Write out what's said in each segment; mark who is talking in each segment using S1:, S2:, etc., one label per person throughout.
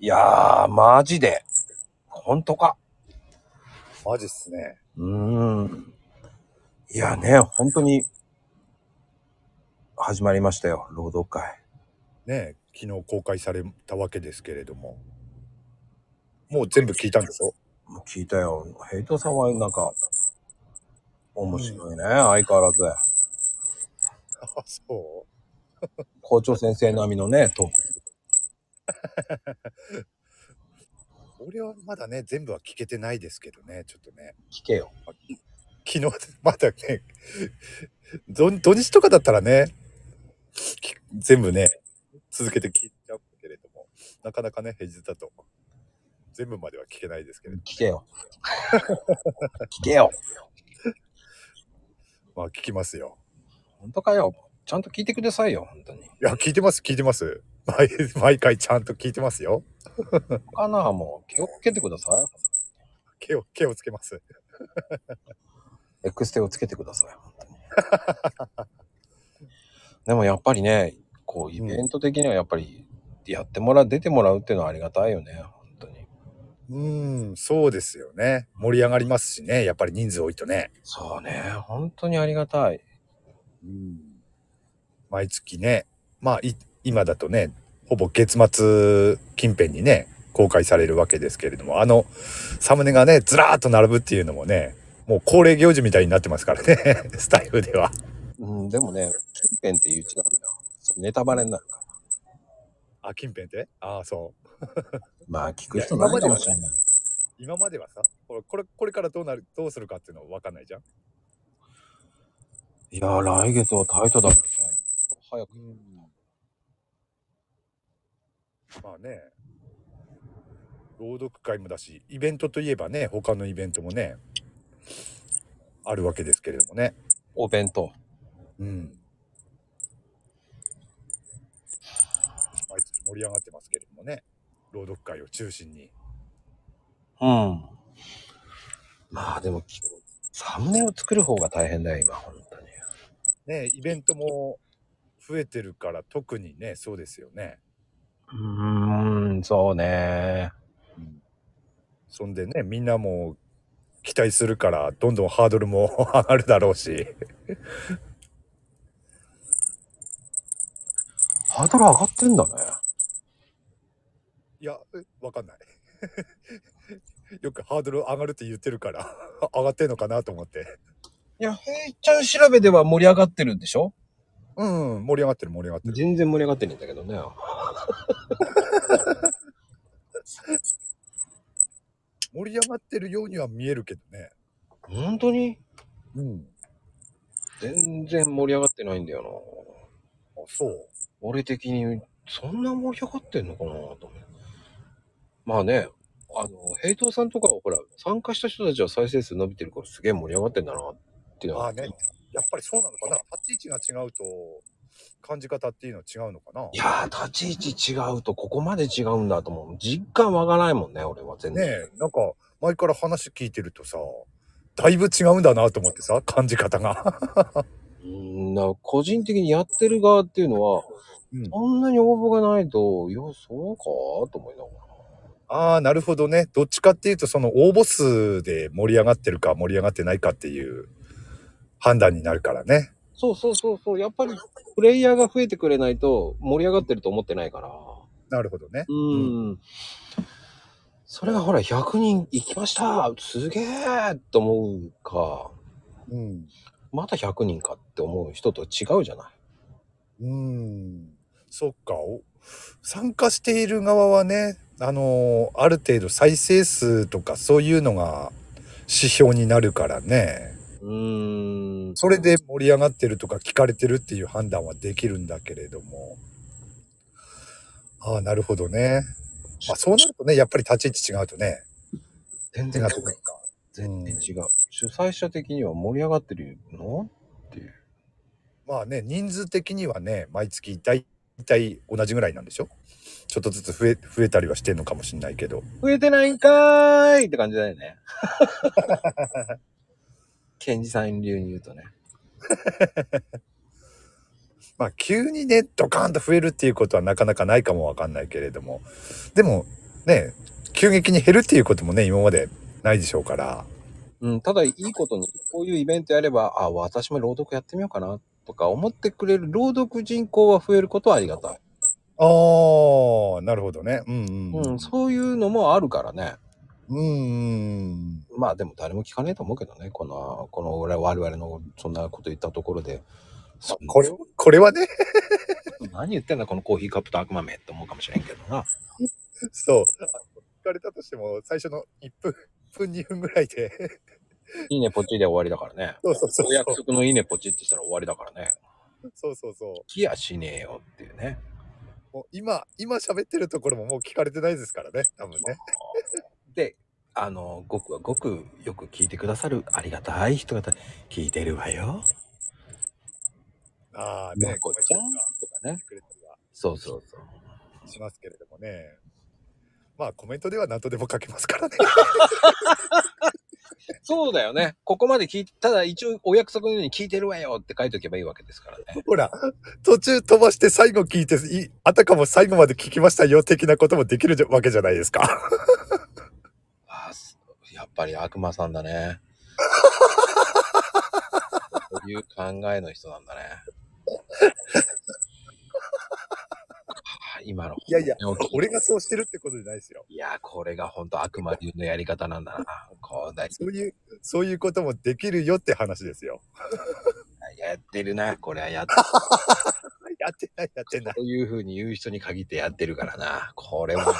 S1: いやー、マジで。本当か。
S2: マジっすね。
S1: うーん。いやね、本当に、始まりましたよ、労働会。
S2: ねえ昨日公開されたわけですけれども。もう全部聞いたんでしょ
S1: もう聞いたよ。ヘイトさんはなんか、面白いね、相変わらず。
S2: あ、そ
S1: 校長先生並みのね、トーク。
S2: う。俺はまだね、全部は聞けてないですけどね、ちょっとね。
S1: 聞けよ。
S2: 昨日、まだね、 土土日とかだったらね、き全部ね、続けて聞いちゃうけれども、なかなかね、平日だと、全部までは聞けないですけれど、
S1: 聞けよ。 聞けよ。
S2: まあ聞きますよ。
S1: 本当かよ。ちゃんと聞いてくださいよ、本当に。
S2: いや、聞いてます、聞いてます。毎 毎回ちゃんと聞いてますよ。
S1: 他なはもう気をつけてくださ
S2: 毛を、毛をつけます。
S1: い。X テをつけてください、本当に。でもやっぱりね、こう、イベント的にはやっぱり、やってもらう、出てもらうっていうのはありがたいよね、本当に。
S2: うーん、そうですよね。盛り上がりますしね、やっぱり人数多いとね。
S1: そうね、本当にありがたい。
S2: うん。毎月ね、まあ、い今だとね、ほぼ月末近辺にね、公開されるわけですけれども、あの、サムネがね、ずらーっと並ぶっていうのもね、もう恒例行事みたいになってますからね、 スタイフでは。
S1: うん、でもね、近辺って言っちゃダメだ。それネタバレになるから。
S2: あ、近辺ってああ、そう。
S1: まあ、聞く人ないかもしれない。
S2: 今まではさ、ほらこれ、これからどうなる、どうするかっていうのわかんないじゃん。
S1: いやー、来月はタイトだもんね。早く。
S2: まあね朗読会もだしイベントといえばね他のイベントもねあるわけですけれどもね
S1: お弁当。
S2: うん毎月盛り上がってますけれどもね朗読会を中心に
S1: うん。まあでも、きサムネを作る方が大変だよ、今、本当に。
S2: ねイベントも増えてるから特にねそうですよね
S1: うーん、そうね。
S2: そんでねみんなも期待するからどんどんハードルも 上がるだろうし
S1: ハードル上がってんだね。
S2: いや、えわかんない。 よくハードル上がるって言ってるから、 上がってんのかなと思って。
S1: いや、ヘイちゃん調べでは盛り上がってるんでしょ
S2: うん、うん、盛り上がってる盛り上がってる。
S1: 全然盛り上がってないんだけどね。
S2: 盛り上がってるようには見えるけどね。
S1: 本当に
S2: うん。
S1: 全然盛り上がってないんだよな。
S2: あ、そう。
S1: 俺的に、そんな盛り上がってんのかなと思う。まあね、あの、ヘイトさんとかはほら、参加した人たちは再生数伸びてるからすげえ盛り上がってんだなっていうの
S2: あ
S1: は。
S2: あ。ね。やっぱりそうなのかな。立ち位置が違うと、感じ方っていうのは違うのかない
S1: やー、立ち位置違うとここまで違うんだと思う。実感わかないもんね、俺は全
S2: ね
S1: 然。
S2: え、なんか、前から話聞いてるとさ、だいぶ違うんだなと思ってさ、感じ方が。
S1: うーん、だから個人的にやってる側っていうのは、
S2: うん
S1: そんなに応募がないと、いや、そうかと思いながら。
S2: ああ、なるほどね。どっちかっていうと、その応募数で盛り上がってるか盛り上がってないかっていう判断になるからね。
S1: そうそうそうそう、やっぱりプレイヤーが増えてくれないと盛り上がってると思ってないから。
S2: なるほどね。
S1: うん。それがほら、100人行きましたすげえと思うか、
S2: うん。
S1: また100人かって思う人と違うじゃない。
S2: うん。そっか。お参加している側はね、あのーある程度再生数とかそういうのが指標になるからね。
S1: うーん。
S2: それで盛り上がってるとか聞かれてるっていう判断はできるんだけれども。ああ、なるほどね。まあそうなるとね、やっぱり立ち位置違うとね。
S1: 全
S2: 手
S1: 然違
S2: が
S1: う
S2: 届くか。
S1: 全然違う。主催者的には盛り上がってるのっていう。
S2: まあね、人数的にはね、毎月大体同じぐらいなんでしょちょっとずつ増え、増えたりはしてんのかもしんないけど。
S1: 増えてないんかーいって感じだよ ね。ケンジさん流に言うとね。
S2: まあ急にね、ドカーンと増えるっていうことはなかなかないかもわかんないけれども。でも、ね、急激に減るっていうこともね、今までないでしょうから。
S1: うん、ただいいことに、こういうイベントやれば、あ、私も朗読やってみようかな、とか思ってくれる朗読人口は増えることはありがたい。
S2: ああ、なるほどね。うんうん。
S1: うん、そういうのもあるからね。
S2: うん。
S1: まあでも誰も聞かねえと思うけどね、この、この俺我々のそんなこと言ったところで、そんな
S2: これ、これはね、
S1: 何言ってんだこのコーヒーカップと悪魔めって思うかもしれんけどな。
S2: そう。聞かれたとしても、最初の1分、分、2分ぐらいで。
S1: いいねポチで終わりだからね。
S2: そうそうそう
S1: お約束のいいねポチってしたら終わりだからね。
S2: そうそうそ
S1: 来やしねえよっていうね。
S2: う。もう今、今喋ってるところももう聞かれてないですからね、多分ね。
S1: で、あの、ごくはごくよく聞いてくださるありがたい人々、聞いてるわよ。
S2: ああ、
S1: ね
S2: ね、
S1: こちゃんとかね。
S2: くれたりは
S1: そうそうそう。
S2: しますけれどもね。まあ、コメントでは何とでも書けますからね。
S1: そうだよね。ここまで聞いただ一応お約束のように聞いてるわよって書いとけばいいわけですからね。
S2: ほら、途中飛ばして最後聞いて、いあたかも最後まで聞きましたよ的なこともできるじゃわけじゃないですか。
S1: あすやっぱり悪魔さんだね。そういう考えの人なんだ ね。あ今の
S2: いやいや
S1: 本音を聞いて
S2: 俺がそうしてるってことじゃないですよ。
S1: いや、これが本当悪魔流のやり方なんだな。こうだい
S2: そういう、そういうこともできるよって話ですよ。
S1: やってるな。これはやっ
S2: やってない、やってない。
S1: こういうふうに言う人に限ってやってるからな。これは、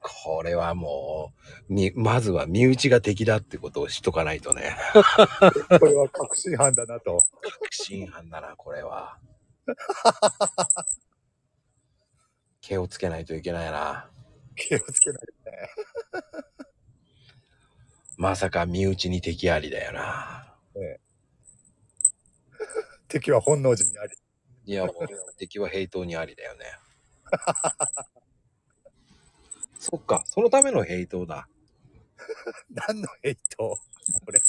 S1: これはもう、み、まずは身内が敵だってことを知っとかないとね。
S2: これは確信犯だなと。
S1: 確信犯だな、これは。気をつけないといけないな。
S2: 気をつけないとね。
S1: まさか身内に敵ありだよな。
S2: 敵は本能寺にあり。
S1: いや、もう敵は平等にありだよね。 そっか、そのための平等だ。
S2: 何のヘイトこれ。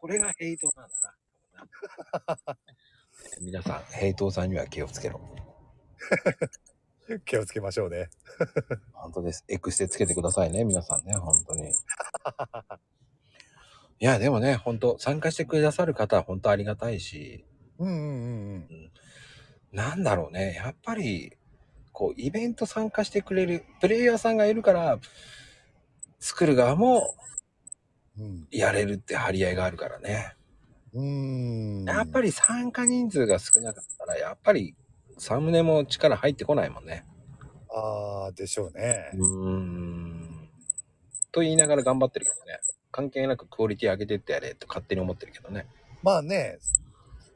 S1: これがヘイトなんだな。 皆さん、ヘイトさんには気をつけろ。
S2: 気をつけましょうね。
S1: 本当です。エクステつけてくださいね、皆さんね、本 当に。いや、でもね、本当参加してくださる方は本当ありがたいし、
S2: うんうんうんうん。
S1: なんだろうね、やっぱり、こう、イベント参加してくれる、プレイヤーさんがいるから、作る側も
S2: うん
S1: やれるって張り合いがあるからね。
S2: うーん。
S1: やっぱ
S2: り。
S1: り参加人数が少なかったら、やっぱり、サムネも力入ってこないもんね。
S2: ああ、でしょうね。
S1: うーん。と言いながら頑張ってるけどね。関係なくクオリティ上げてってやれと勝手に思ってるけどね。
S2: まあね、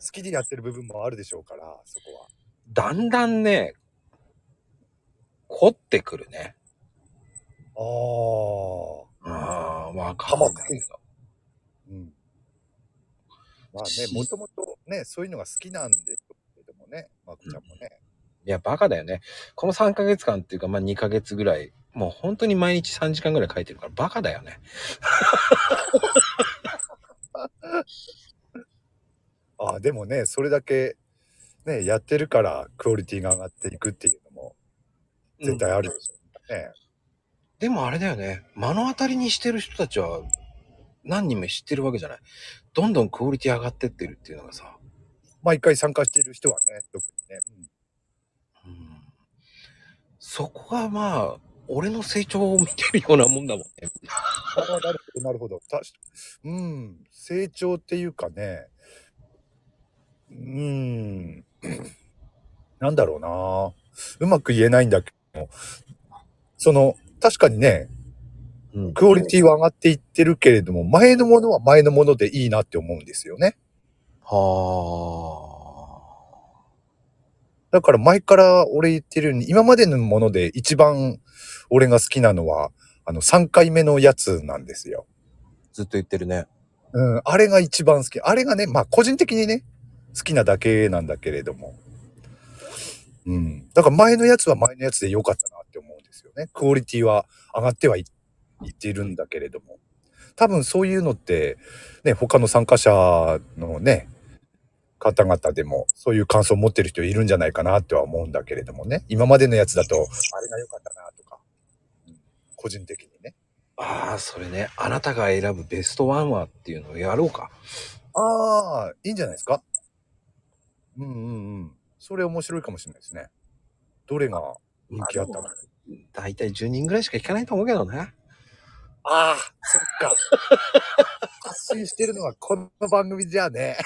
S2: 好きでやってる部分もあるでしょうから、そこは。
S1: だんだんね、凝ってくるね。
S2: あ
S1: ああ、わかんないけど。
S2: あ。うん。まあね
S1: し、
S2: もともとね、そういうのが好きなんでしょうけどもね、まこちゃんもね。
S1: いや、バカだよね。この3ヶ月間っていうか、まあ2ヶ月ぐらい、もう本当に毎日3時間ぐらい書いてるから、バカだよね。
S2: ああ、でもね、それだけ、ね、やってるからクオリティが上がっていくっていうのも絶対あるでしょうね。
S1: でもあれだよね。目の当たりにしてる人たちは、何人も知ってるわけじゃない。どんどんクオリティ上がってってるっていうのがさ。
S2: 毎回参加してる人はね、特にね。うん
S1: うんそこがまあ、俺の成長を見てるようなもんだもんね。
S2: ああ、なるほど、なるほど。確かうん、成長っていうかね、うん、なんだろうな。うまく言えないんだけども、その、確かにね、
S1: うん
S2: クオリティは上がっていってるけれども、前のものは前のものでいいなって思うんですよね。
S1: は
S2: だから前から俺言ってるように、今までのもので一番俺が好きなのは、あの3回目のやつなんですよ。
S1: あ。ずっと言ってるね。
S2: うん、あれが一番好き。あれがね、まあ個人的にね、好きなだけなんだけれども。うん。だから前のやつは前のやつで良かったなって思うんですよね。クオリティは上がってはいいっているんだけれども。多分そういうのって、ね、他の参加者のね、方々でもそういう感想を持ってる人いるんじゃないかなとは思うんだけれどもね。今までのやつだと、あれが良かったなとか、うんこ個人的にね。
S1: ああ、それね、あなたが選ぶベストワンはっていうのをやろうか。
S2: ああ、いいんじゃないですかうんうんうん。それ面白いかもしれないですね。どれが人気あったの
S1: あだいたい10人ぐらいしか行かないと思うけどね。
S2: ああ、そっか。発信してるのはこの番組じゃね。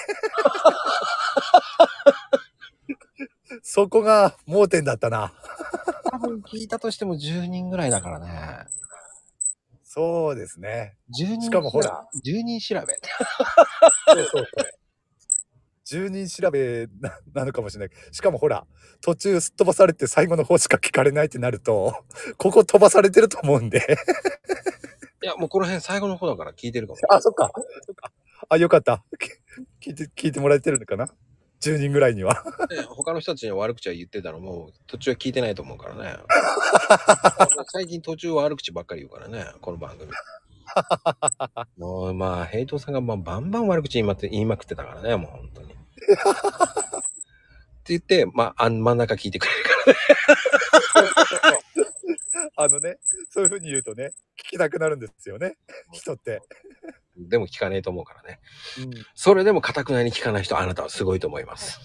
S2: そこが盲点だったな。
S1: 多分聞いたとしても10人ぐらいだからね。
S2: そうですね。
S1: 10人
S2: しかもほら。
S1: 10人調べ。
S2: そうそうそう。住人調べななのかもしれない。しかもほら、途中すっ飛ばされて最後の方しか聞かれないってなると、ここ飛ばされてると思うんで。
S1: いや、もうこの辺最後の方だから聞いてるかも。
S2: あ、そっか。そっかあ、よかった。き聞いて、聞いてもらえてるのかな ?10 人ぐらいには。
S1: ね他の人たちには悪口は言ってたらもう途中は聞いてないと思うからね。 最近途中は悪口ばっかり言うからね、この番組。もうまあ、ヘイトさんがまあバンバン悪口言いまって言いまくってたからね、もう本当に。って言って、まあ、あん真ん中聞いてくれるからね。
S2: あのね、そういうふうに言うとね、聞きたくなるんですよね。人って。
S1: でも聞かねえと思うからね。それでもかたくなに聞かない人、あなたはすごいと思います。